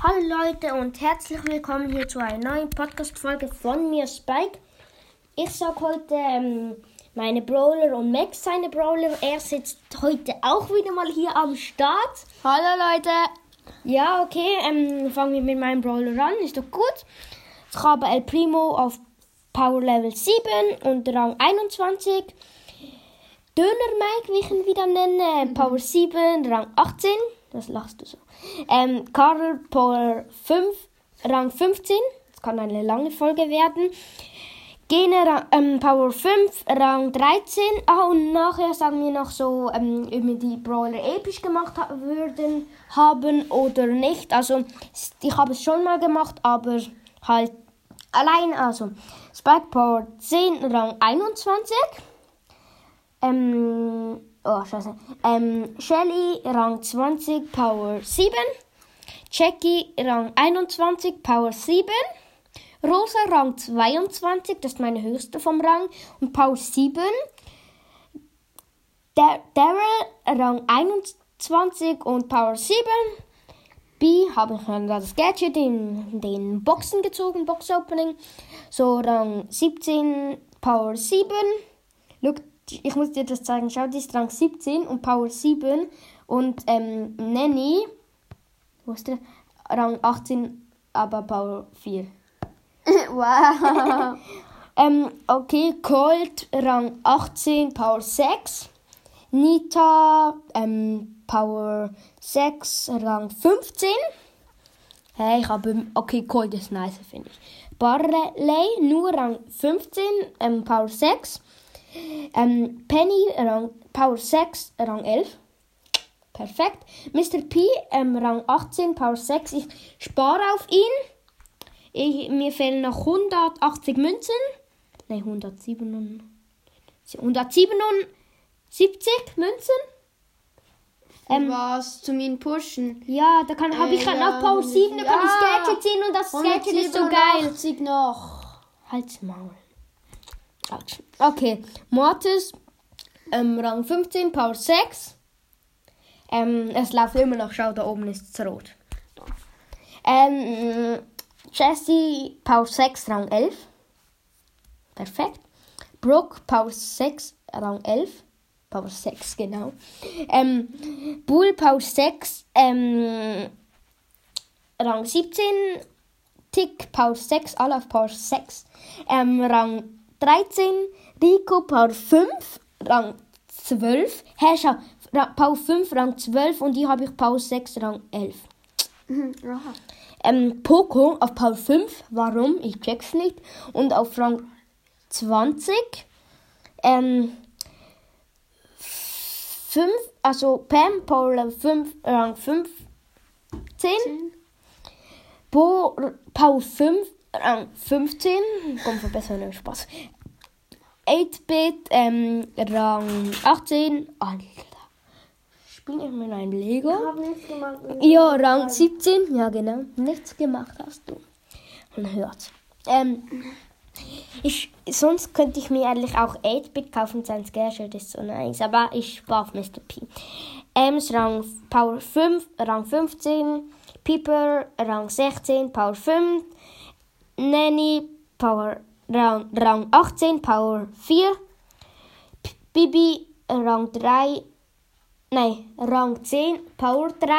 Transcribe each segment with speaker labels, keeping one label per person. Speaker 1: Hallo Leute und herzlich willkommen hier zu einer neuen Podcast-Folge von mir, Spike. Ich sag heute ähm, meine Brawler und Max seine Brawler. Er sitzt heute auch wieder mal hier am Start.
Speaker 2: Hallo Leute.
Speaker 1: Ja, okay, ähm, fangen wir mit meinem Brawler an, ist doch gut. Ich habe El Primo auf Power Level 7 und Rang 21. Döner Mike, wie ich ihn wieder nenne, Power 7, Rang 18. Das lachst du so. Ähm, Karl, Power 5, Rang 15. Das kann eine lange Folge werden. Gene, Ra- ähm, Power 5, Rang 13. Ah, und nachher sagen wir noch so, ähm, ob wir die Brawler episch gemacht ha würden, haben oder nicht. Also, s- ich habe es schon mal gemacht, aber halt allein. Also, Spike Power 10, Rang 21. Ähm, oh, scheiße. Ähm, Shelly, Rang 20, Power 7. Jackie, Rang 21, Power 7. Rosa, Rang 22, das ist meine höchste vom Rang. Und Power 7. Da- Daryl, Rang 21 und Power 7. B habe ich dann das Gadget in den Boxen gezogen, Box Opening. So Rang 17, Power 7. Look, ich muss dir das zeigen. Schau, die ist Rang 17 und Power 7. Und ähm, Nanny, wo ist der? Rang 18, aber Power 4.
Speaker 2: wow.
Speaker 1: Ähm, okay, Colt, Rang 18, Power 6. Nita, ähm, Power 6, Rang 15. Hey, ich habe. Okay, Colt ist nice, finde ich. Barley, nur Rang 15, ähm, Power 6. Ähm, Penny, Rang, Power 6, Rang 11. Perfekt. Mr. P, ähm, Rang 18, Power 6. Ich spare auf ihn. Ich, mir fehlen noch 180 Münzen. Nein, 177 Münzen. Ähm.
Speaker 2: Was? Zum ihn pushen.
Speaker 1: Ja, da kann habe
Speaker 2: Äh,
Speaker 1: ich dann
Speaker 2: ja,
Speaker 1: auch Power 7, da kann ich
Speaker 2: ja.
Speaker 1: das Gadget sehen und das Gadget ist so geil.
Speaker 2: 187 noch.
Speaker 1: Halt's Maul. Autsch. Okay, Mortis, ähm, Rang 15, Power 6. Ähm, es läuft immer noch, schau, da oben ist es rot. Ähm, Jesse, Power 6, Rang 11. Perfekt. Brooke, Power 6, Rang 11. Power 6, genau. Ähm, Bull, Power 6, ähm, Rang 17. Tick, Power 6, Olaf, Power 6. Ähm, Rang 13. Rico, Power 5. Rang 12. Hey, schau, Ra Power 5, Rang 12. Und die habe ich Power 6, Rang 11.
Speaker 2: Aha.
Speaker 1: Ähm, Poco auf Power 5, warum? Ich check's nicht. Und auf Rang 20. Ähm, 5, also Pam, Power Level 5, Rang 5, 10. Bo, R- Power 5, Rang 15. äh, Komm, verbessern den Spaß. 8-Bit, ähm, Rang 18. Alter. Spiele ich mit einem Lego?
Speaker 2: nichts gemacht.
Speaker 1: Ja, Rang 17, ja genau. Nichts gemacht hast du. Man hört. Ähm, ich, sonst könnte ich mir eigentlich auch 8-Bit kaufen, sein Gadget ist so nice. Aber ich spare auf Mr. P. Ems Rang Power 5, Rang 15. Piper Rang 16, Power 5. Nanny Power Rang, Rang 18, Power 4. P- Bibi Rang 3, Nein, Rang 10, Power 3.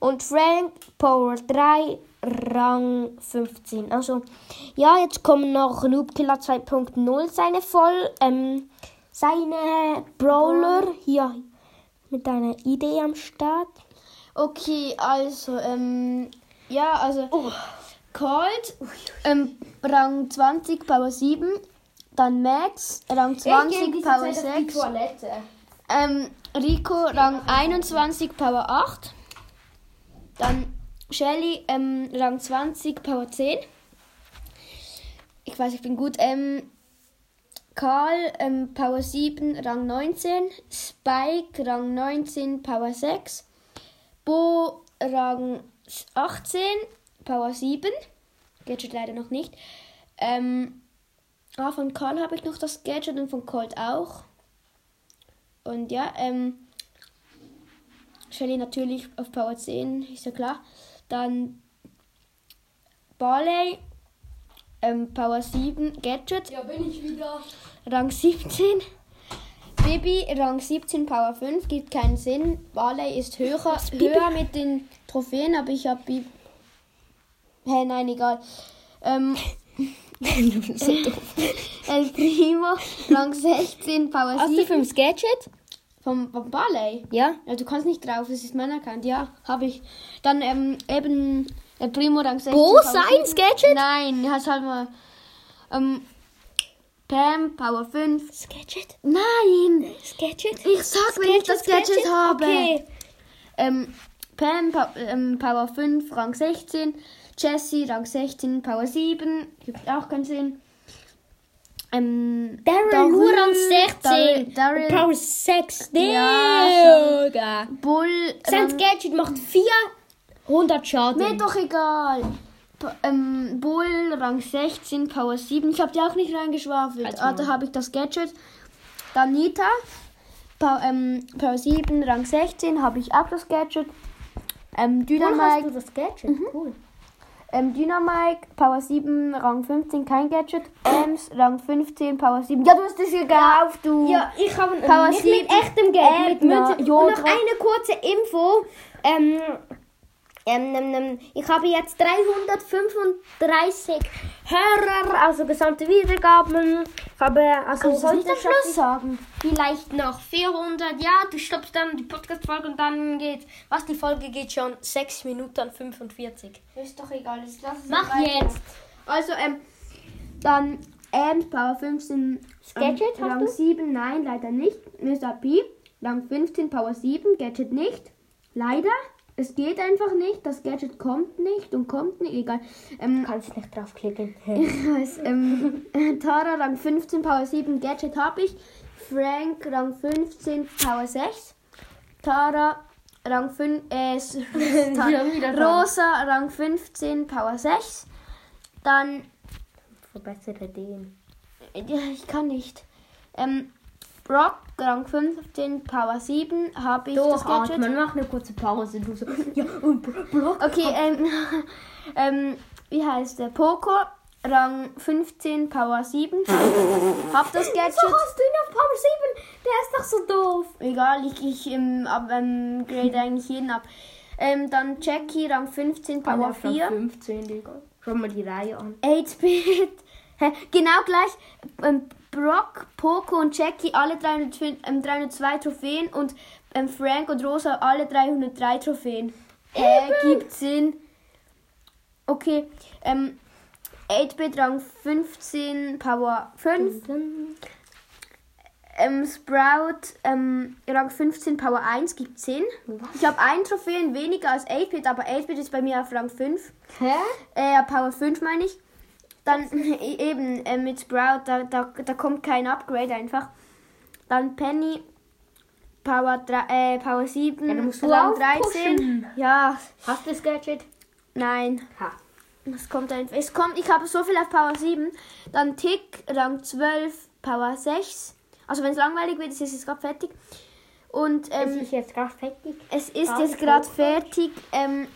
Speaker 1: Und Frank, Power 3, Rang 15. Also, ja, jetzt kommen noch Noobkiller 2.0 seine voll. Ähm, seine Brawler hier mit einer Idee am Start.
Speaker 2: Okay, also, ähm, ja, also, Colt, ähm, Rang 20, Power 7. Dann Max, Rang 20, Power 6. Ähm, Rico, Rang 21, Power 8. Dann Shelly, ähm, Rang 20, Power 10. Ich weiß, ich bin gut. Ähm, Karl, ähm, Power 7, Rang 19. Spike, Rang 19, Power 6. Bo, Rang 18, Power 7. Gadget leider noch nicht. Ähm, ah, von Karl habe ich noch das Gadget und von Colt auch. Und ja, ähm, Shelly natürlich auf Power 10, ist ja klar. Dann Barley, ähm, Power 7, Gadget,
Speaker 3: Ja, bin ich wieder.
Speaker 2: Rang 17. Bibi, Rang 17, Power 5, gibt keinen Sinn. Barley ist höher, höher mit den Trophäen, aber ich habe Bibi. Hä, nein, egal. Ähm, El Primo, Rang 16, Power
Speaker 1: Hast du
Speaker 2: 7.
Speaker 1: fünf Gadget?
Speaker 2: Vom, vom Barley?
Speaker 1: Ja.
Speaker 2: Ja, du kannst nicht drauf, es ist mein Account. Ja, habe ich. Dann ähm, eben El Primo Rang 16.
Speaker 1: Bo,
Speaker 2: Power
Speaker 1: sein
Speaker 2: 7.
Speaker 1: Gadget?
Speaker 2: Nein, hast halt mal. Ähm, Pam, Power 5.
Speaker 1: Das Gadget?
Speaker 2: Nein!
Speaker 1: Das Gadget?
Speaker 2: Ich sag, wenn ich das Gadget, habe.
Speaker 1: Okay.
Speaker 2: Ähm, Pam, pa ähm, Power 5, Rang 16. Jessie, Rang 16, Power 7. Gibt auch keinen Sinn. Ähm,
Speaker 1: Daryl nur Rang
Speaker 2: Daryl-
Speaker 1: 16.
Speaker 2: Daryl,
Speaker 1: Power 6.
Speaker 2: Ja,
Speaker 1: Digga.
Speaker 2: Bull.
Speaker 1: Sein
Speaker 2: Rang-
Speaker 1: Gadget macht 400 Schaden.
Speaker 2: Mir doch egal. Pa- Ähm, Bull, Rang 16, Power 7. Ich habe die auch nicht reingeschwafelt.
Speaker 1: Als
Speaker 2: ah, da habe ich das Gadget. Dann Nita, pa ähm, Power 7, Rang 16, habe ich auch das Gadget. Ähm,
Speaker 1: Woher hast du
Speaker 2: Dynamite,
Speaker 1: das Gadget?
Speaker 2: Mhm.
Speaker 1: Cool.
Speaker 2: ähm, Dynamite, Power 7, Rang 15, kein Gadget. Ems, Rang 15, Power 7. Ja, du hast das gekauft, du.
Speaker 1: Ja, ich habe
Speaker 2: Power
Speaker 1: nicht mit
Speaker 2: sieben.
Speaker 1: echtem Geld,
Speaker 2: Äh,
Speaker 1: mit Münzen.
Speaker 2: na, ja,
Speaker 1: Und noch
Speaker 2: doch.
Speaker 1: eine kurze Info. Ähm, ähm, ähm, ähm, ich habe jetzt 335 Hörer, also gesamte Wiedergaben. Ich habe also
Speaker 2: Kannst du das
Speaker 1: heute
Speaker 2: nicht am
Speaker 1: schaffe
Speaker 2: Schluss sagen?
Speaker 1: ich vielleicht noch 400. Ja, du stoppst dann die Podcast-Folge und dann geht... Was, die Folge geht schon 6 Minuten 45.
Speaker 2: Ist doch egal, ich lasse es
Speaker 1: Mach jetzt.
Speaker 2: Also, ähm, dann Ems, Power 15.
Speaker 1: Gadget hast
Speaker 2: Rang
Speaker 1: du?
Speaker 2: 7, nein, leider nicht. Mr. P, Rang 15, Power 7, Gadget nicht. Leider, es geht einfach nicht. Das Gadget kommt nicht und kommt nicht, egal. Ähm,
Speaker 1: Kannst nicht draufklicken.
Speaker 2: ich weiß, ähm, Tara, Rang 15, Power 7, Gadget habe ich. Frank, Rang 15, Power 6. Tara, Rang 5, äh, s-
Speaker 1: haben wieder Tara.
Speaker 2: Rosa, Rang 15, Power 6. Dann
Speaker 1: Verbessere den.
Speaker 2: Äh, ja, ich kann nicht. Ähm, Brock, Rang 15, Power 7, habe
Speaker 1: Oh,
Speaker 2: ich
Speaker 3: Ah,
Speaker 2: das Gadget.
Speaker 1: Durchatmen, mach eine kurze Pause. Du so, ja, und Block.
Speaker 2: Okay, ähm, ähm, wie heißt der? Poco, Rang 15, Power 7. hab das Gadget.
Speaker 1: Wieso hast du ihn auf Power 7? Der ist doch so doof.
Speaker 2: Egal, ich, ich ähm, ab, ähm, grade eigentlich jeden ab. Ähm, dann Jackie, Rang 15, Power 4.
Speaker 1: 15, Digga. Schau mal die Reihe an.
Speaker 2: 8-Bit. Hä? Genau gleich. Ähm, Brock, Poco und Jackie, alle 305, ähm, 302 Trophäen und ähm, Frank und Rosa, alle 303 Trophäen. Hä, gibt Sinn. Okay, ähm, 8-Bit Rang 15, Power 5. Ähm, Sprout, ähm, Rang 15, Power 1, gibt Sinn. Ich habe einen Trophäen weniger als 8-Bit, aber 8-Bit ist bei mir auf Rang 5.
Speaker 1: Hä?
Speaker 2: Äh, Power 5 meine ich. Dann e- eben äh, mit Sprout, da, da, da kommt kein Upgrade einfach. Dann Penny, Power, 3, äh, Power 7,
Speaker 1: Ja, da musst du
Speaker 2: Rang
Speaker 1: aufpushen.
Speaker 2: 13. Ja,
Speaker 1: Hast du das Gadget?
Speaker 2: nein.
Speaker 1: Ha.
Speaker 2: Es kommt einfach. Es kommt, ich habe so viel auf Power 7. Dann Tick, Rang 12, Power 6. Also wenn es langweilig wird, ist es gerade fertig. Und
Speaker 1: Es
Speaker 2: ähm,
Speaker 1: ist jetzt gerade fertig.
Speaker 2: es ist
Speaker 1: gar
Speaker 2: jetzt
Speaker 1: nicht
Speaker 2: gerade
Speaker 1: hoch.
Speaker 2: fertig. Ähm,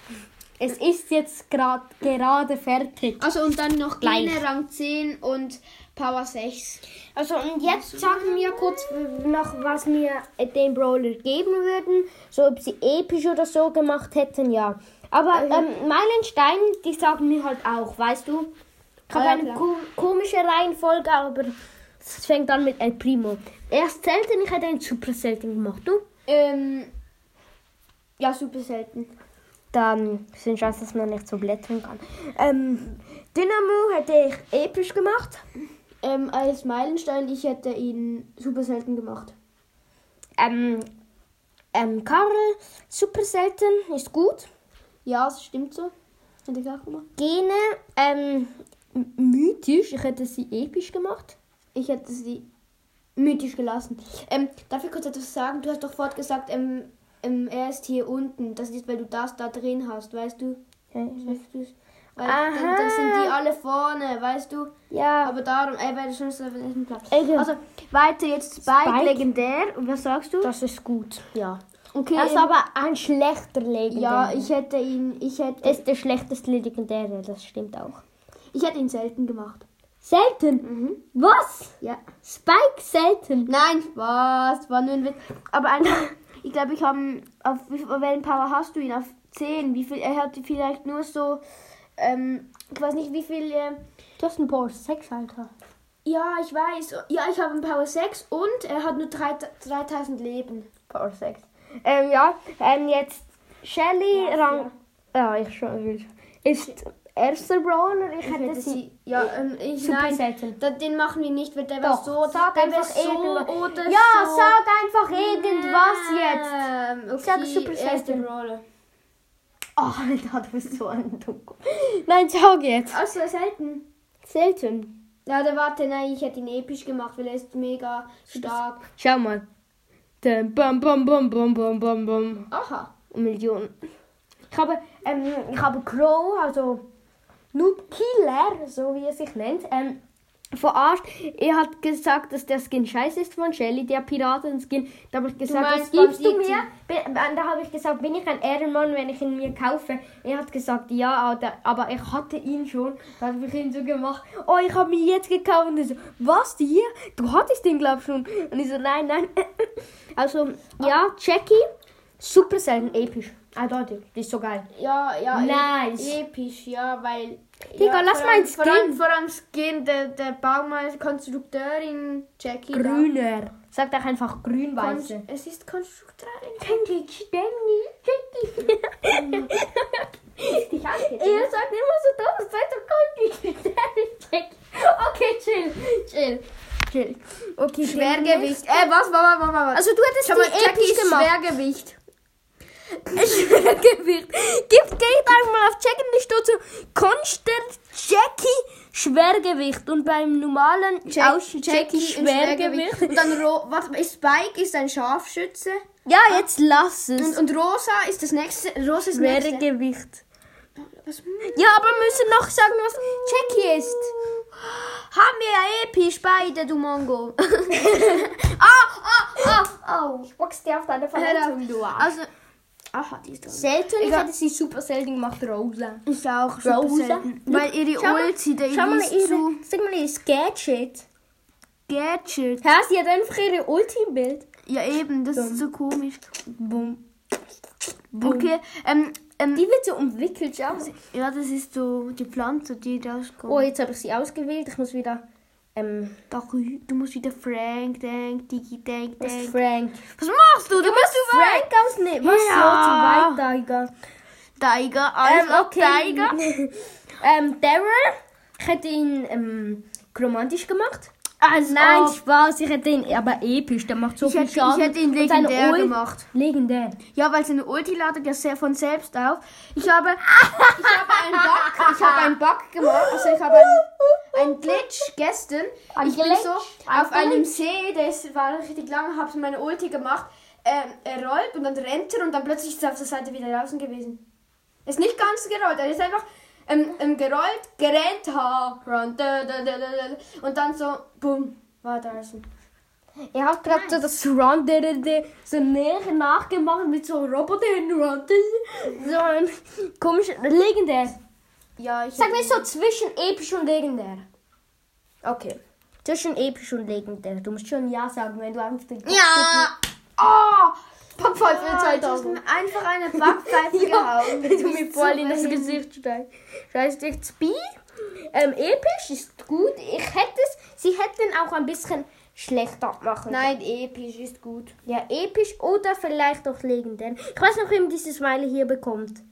Speaker 1: Es ist jetzt grad, gerade fertig.
Speaker 2: also und dann noch
Speaker 1: Gleich.
Speaker 2: Gene, Rang 10 und Power 6.
Speaker 1: Also und jetzt sagen wir kurz noch, was wir äh, dem Brawler geben würden. So, ob sie episch oder so gemacht hätten, ja. Aber
Speaker 2: Mhm.
Speaker 1: ähm, Meilenstein, die sagen mir halt auch, weißt du? Ich habe
Speaker 2: Ja,
Speaker 1: eine
Speaker 2: klar.
Speaker 1: ko komische Reihenfolge, aber es fängt an mit El Primo. Erst selten, ich hätte einen super selten gemacht, du?
Speaker 2: Ähm, ja, super selten.
Speaker 1: Dann sind Chance, dass man nicht so blättern kann. Ähm, Dynamo hätte ich episch gemacht.
Speaker 2: Ähm, als Meilenstein, ich hätte ihn super selten gemacht.
Speaker 1: Ähm, ähm, Karl, super selten, ist gut.
Speaker 2: Ja, es stimmt so. Hätte ich auch gemacht.
Speaker 1: Gene, ähm, m- mythisch, ich hätte sie episch gemacht.
Speaker 2: Ich hätte sie mythisch gelassen. Ähm, darf ich kurz etwas sagen? Du hast doch fortgesagt, ähm, ähm, er ist hier unten. Das ist, weil du das da drin hast, weißt du? Weißt du's? Weil dann, dann sind die alle vorne, weißt du?
Speaker 1: Ja,
Speaker 2: Aber darum, er wäre schon auf dem Platz.
Speaker 1: Ey, ja.
Speaker 2: Also, weiter jetzt Spike,
Speaker 1: Spike?
Speaker 2: legendär. Und was sagst du?
Speaker 1: das ist gut, ja.
Speaker 2: Okay.
Speaker 3: Das ist aber ein schlechter Legendär.
Speaker 2: ja, ich hätte ihn, ich hätte,
Speaker 3: das ist der schlechteste Legendäre, das stimmt auch.
Speaker 2: ich hätte ihn selten gemacht.
Speaker 3: Selten? Was?
Speaker 2: Ja.
Speaker 3: Spike selten?
Speaker 2: Nein, Spaß, war nur ein Witz. Aber einfach, ich glaube, ich habe, auf wie viel- auf welchen Power hast du ihn? Auf 10? Wie viel, er hat vielleicht nur so, ähm, ich weiß nicht, wie viel, ähm,
Speaker 3: Du hast einen Power 6, Alter.
Speaker 2: Ja, ich weiß. Ja, ich habe einen Power 6 und er hat nur 3, 3000 Leben.
Speaker 3: Power 6. Ähm, ja, ähm, jetzt Shelly Rang. Ja, ich schon. Ist erster Brawler. Ich,
Speaker 2: Ich
Speaker 3: hätte
Speaker 2: hätte
Speaker 3: sie.
Speaker 2: sie. Ja, ähm, ich
Speaker 3: Super
Speaker 2: nein.
Speaker 3: selten.
Speaker 2: da- Den machen wir nicht, weil der
Speaker 3: Doch,
Speaker 2: war so.
Speaker 3: sag
Speaker 2: der war
Speaker 3: einfach irgendwas.
Speaker 2: so oder
Speaker 3: Ja,
Speaker 2: so.
Speaker 3: sag einfach irgendwas jetzt.
Speaker 2: Ähm, okay,
Speaker 3: Sag super
Speaker 2: erste
Speaker 3: selten.
Speaker 2: Rolle.
Speaker 3: Oh, Alter, du bist so ein Dunkel. Nein, sag jetzt.
Speaker 2: Ach so, selten.
Speaker 3: Selten.
Speaker 2: Ja, der warte, nein, ich hätte ihn episch gemacht, weil er ist mega stark.
Speaker 3: Schau mal. Dann bam, bam, bam, bam, bam, bam, bam.
Speaker 2: Aha.
Speaker 3: Millionen. Ich habe, ähm, ich habe Crow, also Noob Killer, so wie er sich nennt, ähm, verarscht. Er hat gesagt, dass der Skin scheiße ist von Shelly, der Piraten-Skin. Da habe ich gesagt, was
Speaker 2: meinst
Speaker 3: gibst du
Speaker 2: Banditen?
Speaker 3: mir? Bin, da habe ich gesagt, bin ich ein Ehrenmann, wenn ich ihn mir kaufe? Er hat gesagt, ja, Alter, aber ich hatte ihn schon. Da habe ich ihn so gemacht, oh, ich habe ihn jetzt gekauft. Und er so, was, dir? Du hattest ihn, glaube ich, schon. Und ich so, nein, nein. Also, ja, Jackie, super selten, episch. Eindeutig, die ist so geil.
Speaker 2: Ja, ja. e-
Speaker 3: Nice.
Speaker 2: Episch, ja, weil.
Speaker 3: Digga,
Speaker 2: ja,
Speaker 3: lass
Speaker 2: vor
Speaker 3: mein
Speaker 2: allem- Vor allem,
Speaker 3: Skin.
Speaker 2: vor allem Skin, der, der Baumeister, Konstrukteurin, Jackie. da.
Speaker 3: Grüner. Sagt auch einfach
Speaker 2: Konst-
Speaker 3: grün-weiße.
Speaker 2: Es ist Konstrukteurin.
Speaker 3: Ihr
Speaker 2: Ja,
Speaker 3: sagt immer so dumm, es seid doch Konditionär. Okay, chill, chill, chill. Okay,
Speaker 2: Schwergewicht. Äh, was? Warte, warte, warte.
Speaker 3: Also du hättest
Speaker 2: Schau mal,
Speaker 3: die
Speaker 2: Jackie
Speaker 3: episch
Speaker 2: ist
Speaker 3: gemacht.
Speaker 2: Schwergewicht.
Speaker 3: Schwergewicht. Gib geht einmal auf Check und ich tue zu Constant Jackie Schwergewicht und beim normalen
Speaker 2: Jack-
Speaker 3: Aus- Jackie,
Speaker 2: in
Speaker 3: Schwergewicht.
Speaker 2: Und dann Ro warte, ist Spike ist ein Scharfschütze.
Speaker 3: Ja, jetzt lass
Speaker 2: Und,
Speaker 3: es.
Speaker 2: und Rosa ist das nächste. Rosa ist das nächste.
Speaker 3: Schwergewicht.
Speaker 2: Was?
Speaker 3: Ja, aber wir müssen noch sagen, was Jackie ist.
Speaker 2: Haben wir ja episch beide, du Mongo. ah, ah, ah, oh.
Speaker 3: Ich box dir auf deine
Speaker 2: Verletzung,
Speaker 3: du Arsch.
Speaker 2: Also. Aha, die ist dran.
Speaker 3: Selten, ich
Speaker 2: Egal.
Speaker 3: hätte sie super selten gemacht, Rosa.
Speaker 2: Ich auch.
Speaker 3: super
Speaker 2: Rosa.
Speaker 3: selten.
Speaker 2: Weil ihre
Speaker 3: Schau mal-
Speaker 2: Ulti, der
Speaker 3: Schau mal,
Speaker 2: ist zu
Speaker 3: ihre, sag mal ihr Gadget.
Speaker 2: Gadget.
Speaker 3: Ja, sie hat einfach ihre Ulti im Bild.
Speaker 2: Ja, eben, das ist so komisch.
Speaker 3: Bumm.
Speaker 2: Okay, ähm, ähm,
Speaker 3: Die wird so umwickelt, schau mal.
Speaker 2: ja, das ist so die Pflanze, die rauskommt.
Speaker 3: Oh, jetzt habe ich sie ausgewählt. Ich muss wieder. Ähm,
Speaker 2: Doch, du musst wieder Frank, denk, Digi, denk,
Speaker 3: was ist
Speaker 2: denk.
Speaker 3: Frank?
Speaker 2: Was machst du? Du musst du
Speaker 3: Frank ausnehmen. Was
Speaker 2: Ja.
Speaker 3: so zu weit, Tiger?
Speaker 2: Tiger, alles
Speaker 3: Ähm,
Speaker 2: ähm,
Speaker 3: okay.
Speaker 2: Tiger.
Speaker 3: ähm, Daryl, ich hätte ihn ähm, romantisch gemacht.
Speaker 2: Also,
Speaker 3: Nein,
Speaker 2: oh,
Speaker 3: Spaß, ich hätte ihn aber episch, der macht so
Speaker 2: ich,
Speaker 3: viel
Speaker 2: hätte, ich
Speaker 3: Schaden.
Speaker 2: hätte ihn
Speaker 3: Und seine
Speaker 2: legendär
Speaker 3: Ult-
Speaker 2: gemacht.
Speaker 3: Legendär.
Speaker 2: Ja, weil seine Ulti ladet ja sehr von selbst auf. Ich habe, ich habe einen Bug, ich habe einen Bug gemacht. Also ich habe einen, einen Glitch gestern.
Speaker 3: Ein
Speaker 2: ich bin
Speaker 3: Glitch?
Speaker 2: so
Speaker 3: Ein
Speaker 2: auf einem See, der ist, war richtig lang, habe meine Ulti gemacht. Ähm, er rollt und dann rennt er und dann plötzlich ist er auf der Seite wieder draußen gewesen. Ist nicht ganz gerollt, er ist einfach ähm, ähm, gerollt, gerannt, ha, run, da, da, da, da, da, und dann so, bumm, war draußen.
Speaker 3: Ich hab gerade so das Run de, de, de, so näher nachgemacht mit so einem Roboter in Run. de, de. So ein komischer legendär.
Speaker 2: Ja, ich
Speaker 3: Sag
Speaker 2: hätte-
Speaker 3: mir so zwischen episch und legendär. Okay. Zwischen episch und legendär. Du musst schon ja sagen, wenn du einfach den
Speaker 2: Ja! Oh! Backpfeife
Speaker 3: Ja, du hast mir
Speaker 2: einfach eine Backpfeife gehauen.
Speaker 3: Wenn du mir voll in das Gesicht steigst. Scheiß dich, Spi. Ähm, episch ist gut. Ich hätte es, sie hätten auch ein bisschen schlechter machen
Speaker 2: Nein, episch ist gut.
Speaker 3: Ja, episch oder vielleicht auch legendär. Ich weiß noch, wem dieses Smiley hier bekommt.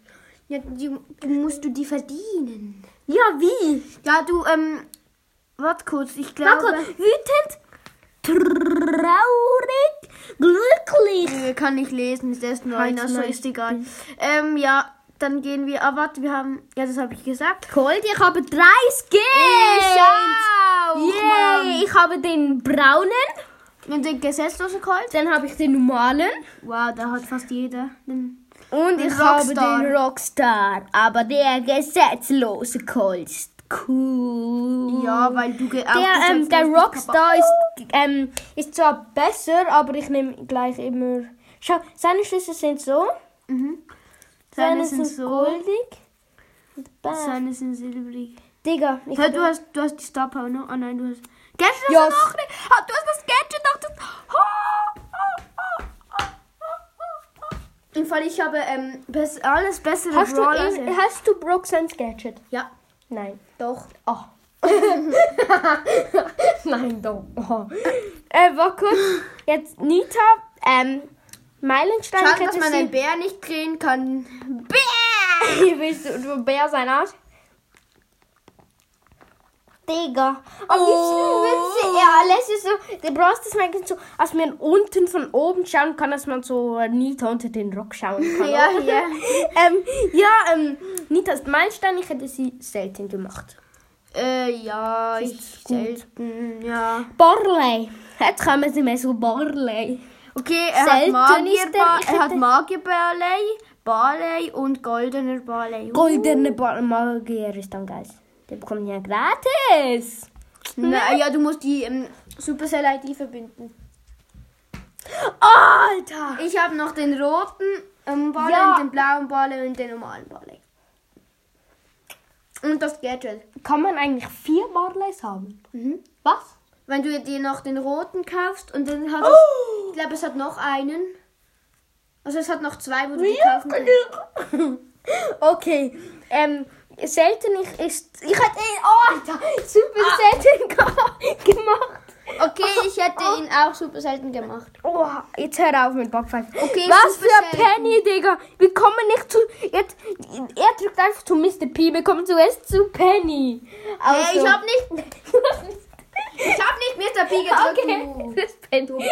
Speaker 2: Ja, die, die musst du die verdienen.
Speaker 3: Ja, wie?
Speaker 2: Ja, du, ähm, warte kurz, ich
Speaker 3: Marco,
Speaker 2: glaube...
Speaker 3: wütend, traurig, glücklich.
Speaker 2: Nee, äh, kann nicht lesen, ist erst neun,
Speaker 3: Halt's
Speaker 2: also
Speaker 3: neun.
Speaker 2: ist egal. Ähm, ja, dann gehen wir... Ah, warte, wir haben... Ja, das habe ich gesagt.
Speaker 3: Gold, ich habe drei Skins.
Speaker 2: auch, Mann.
Speaker 3: Yay, ich habe den braunen,
Speaker 2: Und den gesetzlosen Colt?
Speaker 3: dann habe ich den normalen
Speaker 2: Wow, da hat fast jeder den...
Speaker 3: und
Speaker 2: Den
Speaker 3: ich
Speaker 2: Rockstar.
Speaker 3: habe den Rockstar. Aber der gesetzlose Gold ist cool.
Speaker 2: Ja, weil du... ge- auch
Speaker 3: Der, ähm,
Speaker 2: gesetzlos
Speaker 3: der
Speaker 2: bist, Papa.
Speaker 3: Rockstar ist, ähm, ist zwar besser, aber ich nehme gleich immer. Schau, seine Schlüssel sind so.
Speaker 2: Mhm.
Speaker 3: Seine,
Speaker 2: Seine sind so.
Speaker 3: goldig. Und bam.
Speaker 2: Seine sind silbrig.
Speaker 3: Digga, ich
Speaker 2: Hey, du, hast, du hast die Star Power noch. Oh nein, du hast. Gadget
Speaker 3: Ja,
Speaker 2: hast
Speaker 3: s-
Speaker 2: du noch nicht. Ah, Du hast das Gadget noch. Das... Oh, oh, oh, oh, oh, oh. Im Fall, ich habe ähm, bess- alles bessere
Speaker 3: hast, du, eh-
Speaker 2: Brawler
Speaker 3: ihn-
Speaker 2: sind-
Speaker 3: hast du Brooks ans Gadget?
Speaker 2: Ja.
Speaker 3: Nein.
Speaker 2: Doch.
Speaker 3: Oh. Nein, doch. Oh. Äh, war kurz. Jetzt Nita, ähm, Meilenstein
Speaker 2: Schade, dass
Speaker 3: könnte
Speaker 2: man
Speaker 3: sie-
Speaker 2: einen Bär nicht drehen kann.
Speaker 3: Bär! Willst du, du Bär sein, Arsch? Digga. Oh, Am liebsten
Speaker 2: Oh.
Speaker 3: würde sie, ja, alles ist so, der Bros ist mein so, als man unten von oben schauen kann, dass man so äh, Nita unter den Rock schauen kann.
Speaker 2: Ja, ja.
Speaker 3: ähm, ja, ähm, Nita ist Meilenstein, ich hätte sie selten gemacht.
Speaker 2: Äh, ja,
Speaker 3: Sie
Speaker 2: ich
Speaker 3: ist gut.
Speaker 2: selten, ja.
Speaker 3: Barley. Jetzt kommen sie mehr so Barley.
Speaker 2: Okay, er
Speaker 3: Selten
Speaker 2: hat,
Speaker 3: ist
Speaker 2: Magier
Speaker 3: der-
Speaker 2: ba
Speaker 3: ich
Speaker 2: er hat
Speaker 3: hätte-
Speaker 2: Magierbarley, Barley und goldener Barley.
Speaker 3: Goldene Bar Magier ist am geil. Der bekommt ja gratis.
Speaker 2: Na, ja, du musst die ähm, Supercell-ID verbinden.
Speaker 3: Alter.
Speaker 2: Ich habe noch den roten ähm, Barley
Speaker 3: Ja.
Speaker 2: und den blauen Barley und den normalen Barley. Und das Gadget.
Speaker 3: Kann man eigentlich vier Barleys haben?
Speaker 2: Mhm.
Speaker 3: Was?
Speaker 2: Wenn du dir noch den roten kaufst und dann hat es,
Speaker 3: Oh.
Speaker 2: ich glaube, es hat noch einen. Also es hat noch zwei, wo du die kaufen kannst.
Speaker 3: Glück. Okay. Ähm, selten ich ist. Ich hätte eh. Oh, Alter. Super selten ge- gemacht.
Speaker 2: Okay, ich hätte ihn auch super selten gemacht.
Speaker 3: Oh, jetzt hör auf mit Backpfeifen.
Speaker 2: Okay,
Speaker 3: Was für
Speaker 2: super
Speaker 3: ein
Speaker 2: selten.
Speaker 3: Penny, Digga. Wir kommen nicht zu. Jetzt, er drückt einfach zu Mr. P. Wir kommen zuerst zu Penny. Also,
Speaker 2: Hey, ich hab nicht,
Speaker 3: nicht.
Speaker 2: ich hab nicht Mr. P gedrückt.
Speaker 3: Okay,
Speaker 2: du.
Speaker 3: das ist Penny.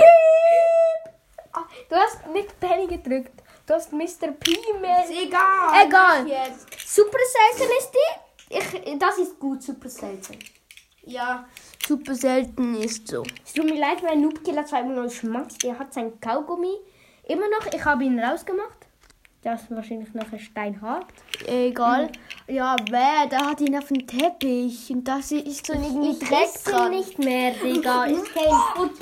Speaker 3: Ah, Du hast nicht Penny gedrückt. Du hast Mr. P mehr.
Speaker 2: Ist egal.
Speaker 3: Egal.
Speaker 2: mach Jetzt.
Speaker 3: Super selten ist die. Ich, das ist gut, super selten.
Speaker 2: Ja, super selten ist so.
Speaker 3: Es tut mir leid, weil Noobkiller 2.0 schmatzt. Er hat sein Kaugummi. Immer noch, ich habe ihn rausgemacht. Das ist wahrscheinlich nachher steinhart.
Speaker 2: Egal. Ja, wer? Da hat ihn auf dem Teppich. Und da sie- ist so irgendwie Dreck
Speaker 3: esse
Speaker 2: dran.
Speaker 3: nicht mehr, Digga. Ist kein Gut.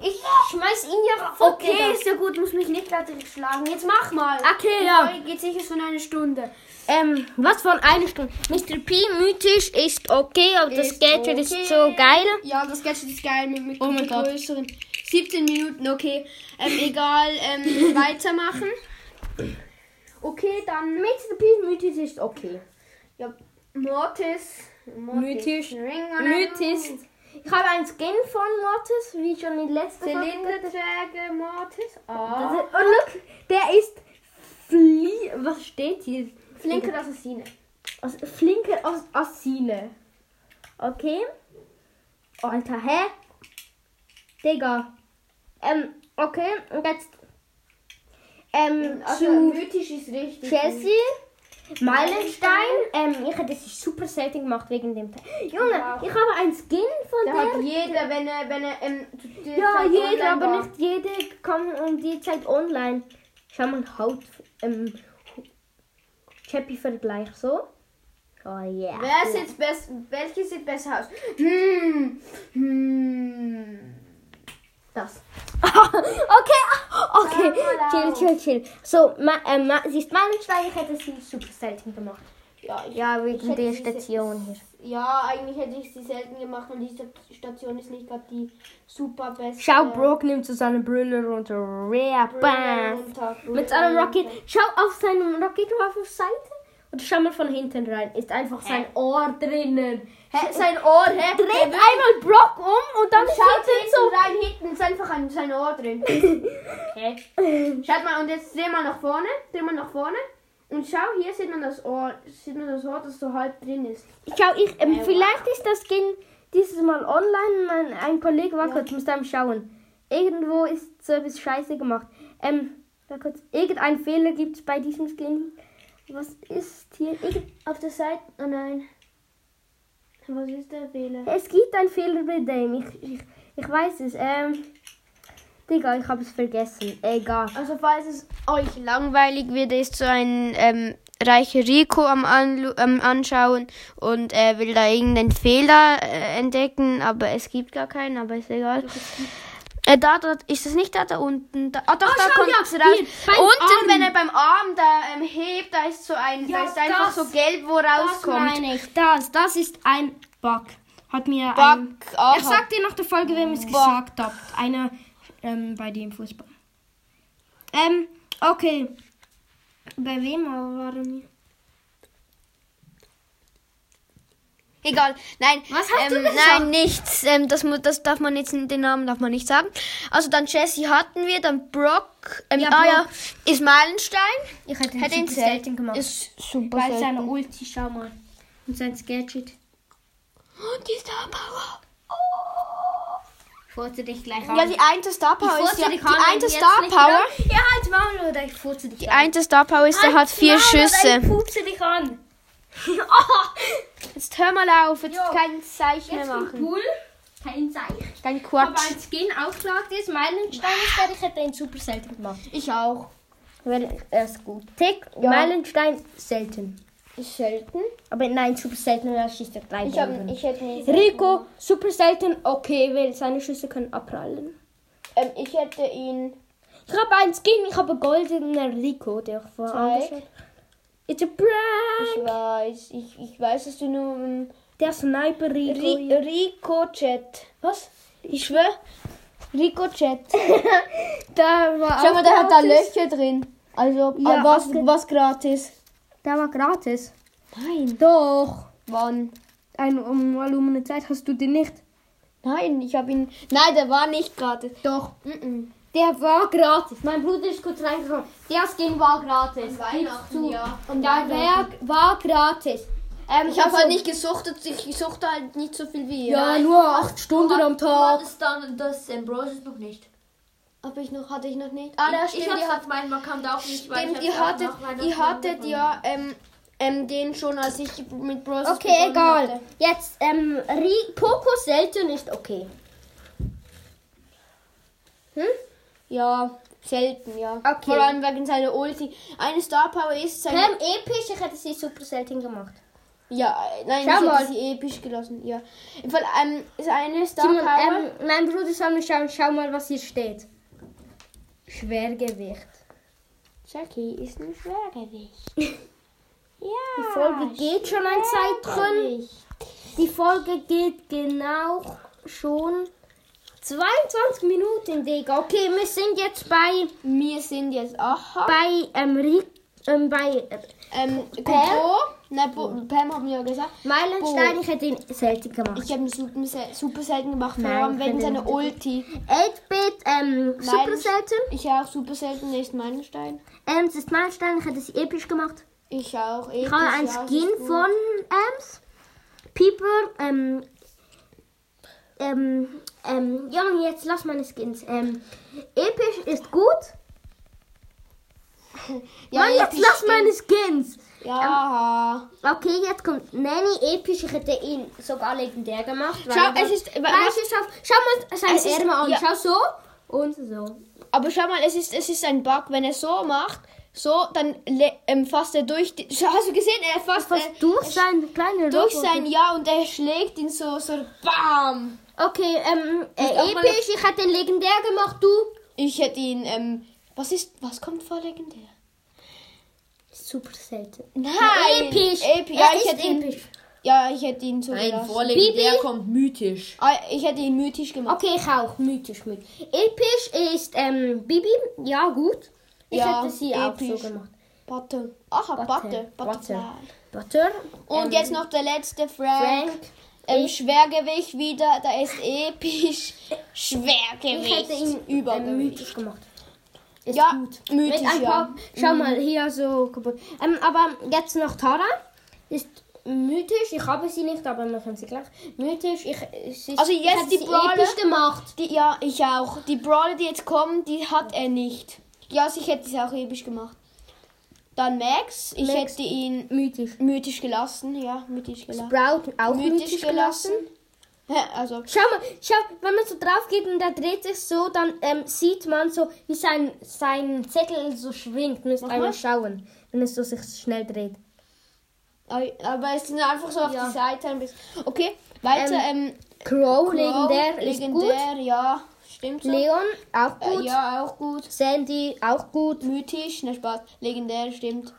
Speaker 3: Ich schmeiß ihn ja kaputt,
Speaker 2: Okay, ist ja gut, muss mich nicht dadurch schlagen. Jetzt mach mal.
Speaker 3: Okay, ja.
Speaker 2: Die Folge Geht sicher schon eine Stunde.
Speaker 3: Ähm, was von einer Stunde? Mr. P. mythisch ist okay, aber das
Speaker 2: Ist
Speaker 3: Gadget
Speaker 2: okay.
Speaker 3: ist so geil.
Speaker 2: Ja, das Gadget ist geil mit, mit,
Speaker 3: Oh mein
Speaker 2: mit
Speaker 3: Gott.
Speaker 2: größeren. 17 Minuten, okay. Ähm, egal, ähm, weitermachen. Okay, dann.
Speaker 3: Mr. P. mythisch ist okay.
Speaker 2: Ja, Mortis.
Speaker 3: Mythisch.
Speaker 2: Ring on
Speaker 3: Mythisch. Ich habe einen Skin von Mortis, wie schon in letzter
Speaker 2: Zylinderträger Mortis.
Speaker 3: Das
Speaker 2: Ah.
Speaker 3: ist- Und look, der ist flie... Was steht hier?
Speaker 2: Flinke Assassine.
Speaker 3: Aus, flinke Aus Assine. Okay. Alter, hä? Digga. Ähm, okay, und jetzt. Ähm,
Speaker 2: Also,
Speaker 3: zu
Speaker 2: mythisch ist richtig.
Speaker 3: Chelsea. Meilenstein. Ähm, ich hätte sich super selten gemacht wegen dem Teil. Junge,
Speaker 2: Ja.
Speaker 3: ich habe ein Skin von
Speaker 2: Da
Speaker 3: der.
Speaker 2: hat jeder, wenn er, wenn er, ähm, zu der
Speaker 3: Ja,
Speaker 2: Zeit
Speaker 3: jeder,
Speaker 2: online
Speaker 3: aber
Speaker 2: war.
Speaker 3: nicht jede kommen um die Zeit online. Schau mal, Haut, ähm, Chappy-Vergleich, so. Oh yeah.
Speaker 2: Wer sieht besser, welches sieht besser aus? Hm, hm.
Speaker 3: das? okay, ah, okay,
Speaker 2: Ja,
Speaker 3: chill,
Speaker 2: voilà.
Speaker 3: chill, chill. So, ma, ähm, ma, sie ist Meilenstein, ich hätte sie super selten gemacht.
Speaker 2: Ja, ich,
Speaker 3: Ja,
Speaker 2: wegen der Station
Speaker 3: hier.
Speaker 2: ja, eigentlich hätte ich sie selten gemacht, weil diese Station ist nicht gerade die super beste.
Speaker 3: Schau, Brock nimmt zu seinem Brille runter. Rare Bam. Mit seinem Rocket. Schau auf seinem Rocket auf die Seite und schau mal von hinten rein. Ist einfach sein Ohr drinnen.
Speaker 2: Hä, sein Ohr, hä?
Speaker 3: Äh. Dreht
Speaker 2: Der will-
Speaker 3: einmal Brock um und dann
Speaker 2: Und
Speaker 3: ist
Speaker 2: schaut
Speaker 3: hinten
Speaker 2: hinten
Speaker 3: so.
Speaker 2: rein, hinten ist einfach ein, sein Ohr drin. Schaut mal, und jetzt dreh mal nach vorne, dreh mal nach vorne. Und schau, hier sieht man das Ohr, sieht man das Ohr, das so halb drin ist.
Speaker 3: Schau, ich, ähm,
Speaker 2: Äh,
Speaker 3: vielleicht ist das Skin dieses Mal online. Mein, ein Kollege war kurz, muss einem schauen. Irgendwo ist Service scheiße gemacht. Ähm, war kurz, irgendein Fehler gibt es bei diesem Skin. Was ist hier? Irgend-
Speaker 2: Auf der Seite, oh nein. Was ist der Fehler?
Speaker 3: Es gibt einen Fehler bei dem. Ich, ich, ich weiß es. Ähm, Digga, ich habe es vergessen. Egal.
Speaker 2: Also falls es euch langweilig wird, ist so ein ähm, reicher Rico am Anlu ähm, Anschauen und äh, will da irgendeinen Fehler äh, entdecken, aber es gibt gar keinen, aber ist egal. Äh, da, dort, ist das nicht da, da unten? Da, ah, doch,
Speaker 3: Ah,
Speaker 2: da
Speaker 3: schau,
Speaker 2: kommt
Speaker 3: ja,
Speaker 2: es raus.
Speaker 3: hier, beim
Speaker 2: unten,
Speaker 3: Arm.
Speaker 2: wenn er beim Arm da ähm, hebt, da ist so ein, da
Speaker 3: Ja,
Speaker 2: ist einfach so
Speaker 3: das.
Speaker 2: gelb, wo
Speaker 3: Das
Speaker 2: rauskommt.
Speaker 3: meine ich. Das, das ist ein Bug. Hat mir ein...
Speaker 2: Back,
Speaker 3: Ich sag dir nach der Folge, wem ich es gesagt hab. Einer ähm, bei dem Fußball. Ähm, okay. Bei wem waren wir?
Speaker 2: Egal, nein.
Speaker 3: Was hast du
Speaker 2: ähm,
Speaker 3: gesagt?
Speaker 2: Nein, nichts. Ähm, das, mu- das darf man jetzt, den Namen darf man nicht sagen. Also dann Jesse hatten wir, dann Brock, ähm,
Speaker 3: Ja,
Speaker 2: ah
Speaker 3: Brock.
Speaker 2: ja, ist Meilenstein.
Speaker 3: Ich hätte
Speaker 2: Hätte ihn
Speaker 3: ihn selten gemacht.
Speaker 2: Ist super
Speaker 3: Weil
Speaker 2: selten.
Speaker 3: seine Ulti, schau mal. Und sein Gadget.
Speaker 2: Und Oh, die Star Power.
Speaker 3: Ich furze dich gleich
Speaker 2: Ja, die einte Star Power ist ja, die einte Star Power.
Speaker 3: Ja, halt Maul oder ich furze dich Halt,
Speaker 2: Die einte Star Power ist, der hat vier
Speaker 3: Ich
Speaker 2: Schüsse.
Speaker 3: pupse dich an. oh,
Speaker 2: Jetzt hör mal auf, jetzt
Speaker 3: Jo.
Speaker 2: kein Zeichen mehr
Speaker 3: jetzt kommt
Speaker 2: machen.
Speaker 3: Pool. Kein Zeichen.
Speaker 2: Kein
Speaker 3: Aber
Speaker 2: Quatsch.
Speaker 3: ein Skin aufgelagt ist, Meilenstein ist der, ich hätte ihn super selten gemacht.
Speaker 2: Ich auch.
Speaker 1: Weil er ist gut. Tick,
Speaker 2: Ja.
Speaker 1: Meilenstein, selten.
Speaker 2: Ist selten.
Speaker 1: Aber nein, super selten, weil er schießt ja drei
Speaker 2: Ich, hab, eh
Speaker 1: Bomben.
Speaker 2: ich hätte nie.
Speaker 1: Rico, super selten, okay, weil seine Schüsse können abprallen.
Speaker 2: Ähm, ich hätte ihn.
Speaker 1: Ich habe einen Skin, ich habe einen goldenen Rico, der ich vorher
Speaker 2: Zeig.
Speaker 1: angeschaut habe. It's a prank!
Speaker 2: Ich weiß, ich, ich weiß, dass du nur. ähm,
Speaker 1: Der Sniper Rico.
Speaker 2: Ri Rico Chat. Was? Ich schwöre. Rico Chat.
Speaker 1: da war
Speaker 2: Schau mal, der hat da Löcher drin. Also,
Speaker 1: Ja,
Speaker 2: äh, was,
Speaker 1: abge-
Speaker 2: was gratis.
Speaker 1: Der war gratis.
Speaker 2: Nein.
Speaker 1: Doch.
Speaker 2: Wann?
Speaker 1: Ein, um eine Zeit hast du den nicht.
Speaker 2: Nein, ich habe ihn. Nein, der war nicht gratis.
Speaker 1: Doch.
Speaker 2: Mm
Speaker 1: Der war gratis. Mein Bruder ist kurz reingekommen. Der Skin war gratis.
Speaker 2: Weihnachten,
Speaker 1: Gib's zu.
Speaker 2: ja.
Speaker 1: Und der war, war gratis. Ähm,
Speaker 2: Ich habe
Speaker 1: also-
Speaker 2: halt nicht gesuchtet. Ich suchte halt nicht so viel wie ihr.
Speaker 1: Ja, nur acht Stunden am Tag.
Speaker 4: hattest dann das Ambrosius noch nicht.
Speaker 2: Habe ich noch, hatte ich noch nicht. Ah, da stimmt,
Speaker 4: ich
Speaker 2: ihr
Speaker 4: hab's
Speaker 2: habt,
Speaker 4: auf meinem Account auch nicht, weil
Speaker 2: stimmt,
Speaker 4: ich
Speaker 2: ihr
Speaker 4: hab's
Speaker 2: hattet,
Speaker 4: auch nach Weihnachten
Speaker 2: ihr hattet
Speaker 4: angefangen.
Speaker 2: ja ähm, ähm, den schon, als ich mit Bros.
Speaker 1: Okay, egal. Jetzt, ähm, Ri Poco selten ist okay.
Speaker 2: Ja, selten, ja.
Speaker 1: Okay.
Speaker 2: Vor allem wegen seiner Ulti. Eine Star Power ist sein.
Speaker 1: Pam episch, ich hätte sie super selten gemacht.
Speaker 2: Ja, äh, nein,
Speaker 1: Schau
Speaker 2: ich
Speaker 1: mal.
Speaker 2: hätte sie episch gelassen. Ja. Im Fall, ähm, seine Star
Speaker 1: Simon,
Speaker 2: Power.
Speaker 1: ähm, mein Bruder soll mir schauen, schau mal, was hier steht. Schwergewicht.
Speaker 2: Jackie ist ein Schwergewicht.
Speaker 1: Die
Speaker 2: Ah,
Speaker 1: Folge geht schon ein Zeitchen. Die Folge geht genau schon 22 Minuten, Digga. Okay, wir sind jetzt bei,
Speaker 2: Wir sind jetzt. Aha.
Speaker 1: bei, ähm, Ri ähm, bei äh,
Speaker 2: Ähm,
Speaker 1: Pam?
Speaker 2: Bo. Nein, Bo, Pam haben wir ja gesagt.
Speaker 1: Meilenstein. Ich hätte ihn selten gemacht.
Speaker 2: Ich habe ihn super, sel- super selten gemacht, vor
Speaker 1: Nein,
Speaker 2: allem
Speaker 1: ich
Speaker 2: wegen
Speaker 1: finde
Speaker 2: seiner
Speaker 1: ihn-
Speaker 2: Ulti.
Speaker 1: 8-Bit, ähm, super selten.
Speaker 2: Ich auch super selten, ist Meilenstein.
Speaker 1: Ems ist Ähm, Meilenstein, ich hätte sie episch gemacht.
Speaker 2: Ich auch.
Speaker 1: Ich habe ein Skin von Ems. Pieper, ähm, ähm, ähm, Junge, jetzt lass meine Skins. Ähm, episch ist gut.
Speaker 2: Ja,
Speaker 1: Mann, jetzt
Speaker 2: episch
Speaker 1: lass
Speaker 2: stimmt.
Speaker 1: meine Skins.
Speaker 2: Ja.
Speaker 1: Okay, jetzt kommt Nanny episch. Ich hätte ihn sogar legendär gemacht. weil
Speaker 2: Schau,
Speaker 1: er-
Speaker 2: es ist.
Speaker 1: Weil
Speaker 2: Was,
Speaker 1: es ist auf- schau mal
Speaker 2: Es
Speaker 1: seine
Speaker 2: ist-
Speaker 1: Ärmel an.
Speaker 2: ja.
Speaker 1: Schau so und so.
Speaker 2: aber schau mal, es ist, es ist ein Bug. Wenn er so macht, so, dann le- ähm, fasst er durch. Die, Schau, hast du gesehen? Er fasst,
Speaker 1: Was
Speaker 2: er,
Speaker 1: durch Äh, sein kleine
Speaker 2: durch
Speaker 1: Roboter.
Speaker 2: sein Ja und er schlägt ihn so, so, bam.
Speaker 1: Okay, ähm, äh,
Speaker 2: auch mal
Speaker 1: episch. Ich hätte ihn legendär gemacht. Du
Speaker 2: Ich hätte ihn. Ähm, was ist. Was kommt vor legendär?
Speaker 1: super selten.
Speaker 2: Nein!
Speaker 1: Episch.
Speaker 2: Episch.
Speaker 1: Er
Speaker 2: Ja, ich
Speaker 1: ist
Speaker 2: hätte ihn.
Speaker 1: episch.
Speaker 2: Ja, ich hätte ihn so
Speaker 4: Nein,
Speaker 2: gelassen.
Speaker 4: vorlegen,
Speaker 1: Bibi?
Speaker 4: der kommt mythisch.
Speaker 2: Ah, Ich hätte ihn mythisch gemacht.
Speaker 1: Okay, ich auch. Mythisch, mythisch. Episch ist ähm, Bibi. Ja, gut. Ich
Speaker 2: Ja,
Speaker 1: hätte sie auch
Speaker 2: episch.
Speaker 1: so gemacht.
Speaker 2: Butter. Aha, Butter.
Speaker 1: Butter.
Speaker 2: Butterfly.
Speaker 1: Butter.
Speaker 2: Und jetzt noch der letzte Frank.
Speaker 1: Ähm. Frank.
Speaker 2: Ähm, Schwergewicht wieder. Da ist
Speaker 1: Ich
Speaker 2: episch. Schwergewicht.
Speaker 1: hätte ihn ähm,
Speaker 2: Übergewicht.
Speaker 1: mythisch gemacht. Ist
Speaker 2: ja,
Speaker 1: gut.
Speaker 2: mythisch.
Speaker 1: Mit ein
Speaker 2: Ja. Mhm.
Speaker 1: paar, schau mal, hier so kaputt. Ähm, aber jetzt noch Tara. Ist mythisch. Ich habe sie nicht, aber wir können sie gleich. Mythisch. Ich, es ist,
Speaker 2: Also
Speaker 1: ich
Speaker 2: jetzt
Speaker 1: hätte
Speaker 2: die
Speaker 1: sie
Speaker 2: Brawler.
Speaker 1: episch gemacht.
Speaker 2: Die, ja, ich auch. Die Brawler, die jetzt kommen, die hat er nicht. Ja, also ich hätte es auch episch gemacht. Dann Max. Ich
Speaker 1: Max.
Speaker 2: hätte ihn
Speaker 1: Mythisch.
Speaker 2: mythisch gelassen. Ja, mythisch gelassen.
Speaker 1: Sprout auch mythisch, gelassen.
Speaker 2: Ja, Also,
Speaker 1: Schau mal, schau, wenn man so drauf geht und der dreht sich so, dann ähm, sieht man so, wie sein, sein Zettel so schwingt. Müsst
Speaker 2: Mach
Speaker 1: einmal
Speaker 2: mal.
Speaker 1: schauen, wenn es so sich schnell dreht.
Speaker 2: aber es sind einfach so auf
Speaker 1: Ja.
Speaker 2: die Seite ein bisschen. Okay, weiter. Ähm,
Speaker 1: Crow,
Speaker 2: Crow,
Speaker 1: legendär, ist gut.
Speaker 2: legendär, ja. Stimmt so.
Speaker 3: Leon, auch
Speaker 2: Äh,
Speaker 3: gut.
Speaker 2: ja, auch gut.
Speaker 3: Sandy, auch gut.
Speaker 2: Mythisch, ne Spaß. Legendär, stimmt.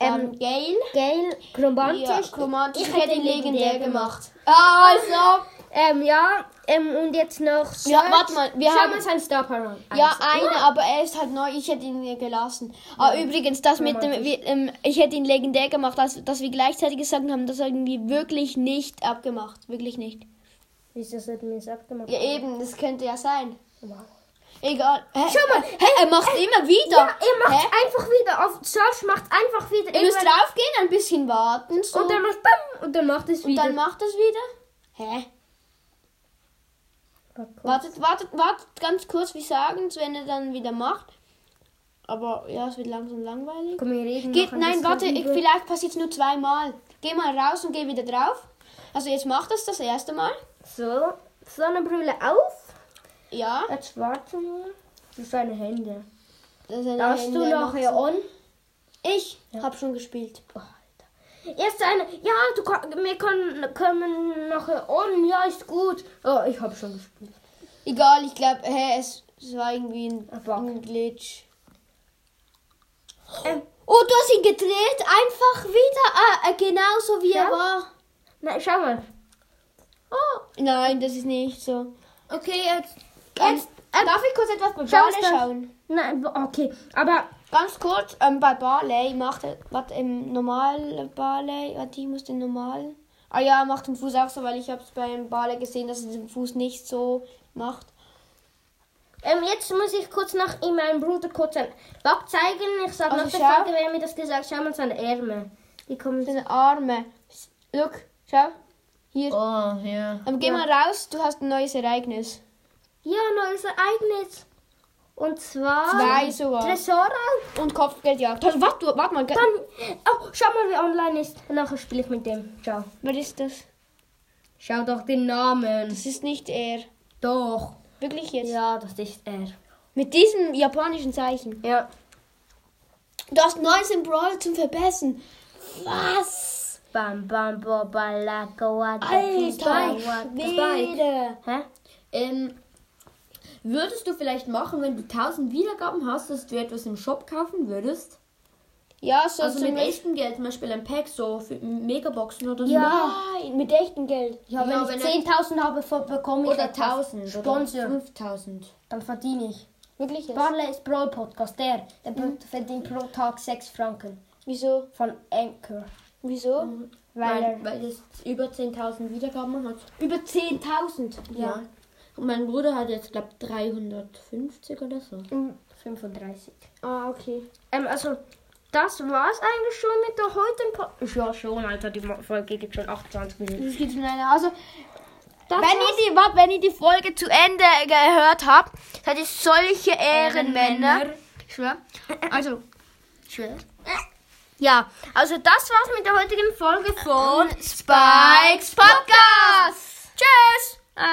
Speaker 3: Ähm,
Speaker 2: Dann Gale.
Speaker 3: Gail, Chromantisch.
Speaker 2: Ja, chromatisch.
Speaker 3: Ich hätte ihn legendär Ah,
Speaker 2: gemacht. Also.
Speaker 3: Ähm, ja, ähm, und jetzt noch.
Speaker 2: Ja,
Speaker 3: Search.
Speaker 2: warte mal, wir
Speaker 3: Schau
Speaker 2: haben-
Speaker 3: mal sein Star Power. an.
Speaker 2: Ja, eine, aber er ist halt neu. Ich hätte ihn hier gelassen. Aber übrigens, das mit dem, wir, ähm, ich hätte ihn legendär gemacht, dass, dass wir gleichzeitig gesagt haben, das haben wir wirklich nicht abgemacht. Wirklich nicht.
Speaker 3: Wieso sollten wir es abgemacht?
Speaker 2: Ja, eben, das könnte ja sein.
Speaker 3: Wow.
Speaker 2: Egal. Hä?
Speaker 3: Schau mal,
Speaker 2: Hä? Er macht immer wieder.
Speaker 3: Ja, er macht
Speaker 2: Hä?
Speaker 3: einfach wieder auf. Search macht einfach wieder.
Speaker 2: Ihr müsst
Speaker 3: irgendwann-
Speaker 2: draufgehen, ein bisschen warten. So.
Speaker 3: und dann macht BAM und dann macht es
Speaker 2: Und
Speaker 3: wieder.
Speaker 2: dann macht es wieder. Hä? Wartet, wartet, wartet ganz kurz, wir sagen es, wenn er dann wieder macht. Aber ja, es wird langsam langweilig.
Speaker 3: Komm, wir reden
Speaker 2: Geht,
Speaker 3: noch ein
Speaker 2: nein,
Speaker 3: bisschen
Speaker 2: warte, ich,
Speaker 3: drüber.
Speaker 2: vielleicht passiert es nur zweimal. Geh mal raus und geh wieder drauf. Also jetzt macht es das erste Mal.
Speaker 3: So, Sonnenbrille auf.
Speaker 2: Ja.
Speaker 3: Jetzt warte mal. Für seine Hände.
Speaker 2: Das ist
Speaker 3: Darfst du nachher on?
Speaker 2: Ich hab schon gespielt.
Speaker 3: Erst eine. Ja, du, kann- wir können, können nachher on. Ja, ist gut. Oh, ich habe schon gespielt.
Speaker 2: Egal, ich glaube, hä, es, es war irgendwie ein,
Speaker 3: Ein Bug.
Speaker 2: ein Glitch.
Speaker 3: Ähm.
Speaker 2: Oh, du hast ihn gedreht, einfach wieder, ah, äh, genauso wie
Speaker 3: Ja?
Speaker 2: er war.
Speaker 3: Nein, schau mal. Oh,
Speaker 2: Nein, das ist nicht so.
Speaker 5: Okay, jetzt.
Speaker 2: Jetzt, äh, darf ich kurz etwas bei
Speaker 3: schau,
Speaker 2: Barley
Speaker 3: das-
Speaker 2: schauen?
Speaker 3: Nein, bo- okay. Aber
Speaker 2: Ganz kurz, ähm, bei Barley macht er, was im normalen Barley, warte, ich muss den normalen. Ah ja, er macht den Fuß auch so, weil ich hab's beim Barley gesehen, dass er den Fuß nicht so macht.
Speaker 3: ähm, jetzt muss ich kurz noch in meinem Bruder kurz einen Bug zeigen. Ich sag
Speaker 2: Also
Speaker 3: nach der
Speaker 2: schau.
Speaker 3: Folge, wer mir das gesagt hat. Schau mal seine Ärmel. Die kommen so.
Speaker 2: Seine Arme. Look, schau. Hier.
Speaker 4: Oh, ja.
Speaker 2: Ähm, geh mal raus, du hast ein neues Ereignis.
Speaker 3: Ja, neues Ereignis. Und zwar.
Speaker 2: Zwei sogar.
Speaker 3: Tresora.
Speaker 2: Und Kopfgeldjagd. Also, warte, du- warte mal. ge-
Speaker 3: Dann, oh, schau mal, wie online ist. Und nachher spiele ich mit dem. Ciao.
Speaker 2: Was ist das?
Speaker 3: Schau doch den Namen.
Speaker 2: Das ist nicht er.
Speaker 3: Doch.
Speaker 2: Wirklich jetzt?
Speaker 3: Ja, das ist er.
Speaker 2: Mit diesem japanischen Zeichen.
Speaker 3: Ja.
Speaker 2: Du hast 19 Brawl zum Verbessern. Was?
Speaker 3: Bam, bam, bo, balaka, wada,
Speaker 2: Alter Schwede.
Speaker 3: Hä?
Speaker 4: Ähm, würdest du vielleicht machen, wenn du 1000 Wiedergaben hast, dass du etwas im Shop kaufen würdest?
Speaker 2: Ja, so
Speaker 4: Also
Speaker 2: zum
Speaker 4: mit echtem Geld, zum Beispiel ein Pack, so für Megaboxen oder so.
Speaker 2: Nein, mit echtem Geld.
Speaker 3: Ja, wenn
Speaker 4: Ja, wenn
Speaker 3: ich
Speaker 4: er-
Speaker 3: 10.000 habe, ver- bekomme ich
Speaker 4: Oder
Speaker 3: etwas.
Speaker 4: 1000
Speaker 3: Sponsor.
Speaker 4: oder 5000.
Speaker 3: Dann verdiene ich.
Speaker 2: Wirklich jetzt?
Speaker 3: Barley ist Brawl Podcast. Der, der verdient pro Tag 6 Franken.
Speaker 2: Wieso?
Speaker 3: Von Anchor.
Speaker 2: Wieso?
Speaker 3: Weil, er-
Speaker 4: weil das über 10.000 Wiedergaben hat.
Speaker 3: Über 10.000?
Speaker 4: Ja. Und mein Bruder hat jetzt, glaube ich, 350 oder so.
Speaker 3: 35.
Speaker 2: Ah, okay.
Speaker 3: Ähm, also, das war's eigentlich schon mit der heutigen Podcast. Ja, schon, Alter. Die Mo- Folge geht schon 28 Minuten.
Speaker 2: Das geht schon leider. Also,
Speaker 3: Das
Speaker 2: Wenn ihr, die, wa- wenn ihr die Folge zu Ende gehört habt, seid ihr solche Ehrenmänner. Ich schwör. Also, schwör.
Speaker 3: Ja, also das war's mit der heutigen Folge von
Speaker 2: Spikes Podcast. Tschüss.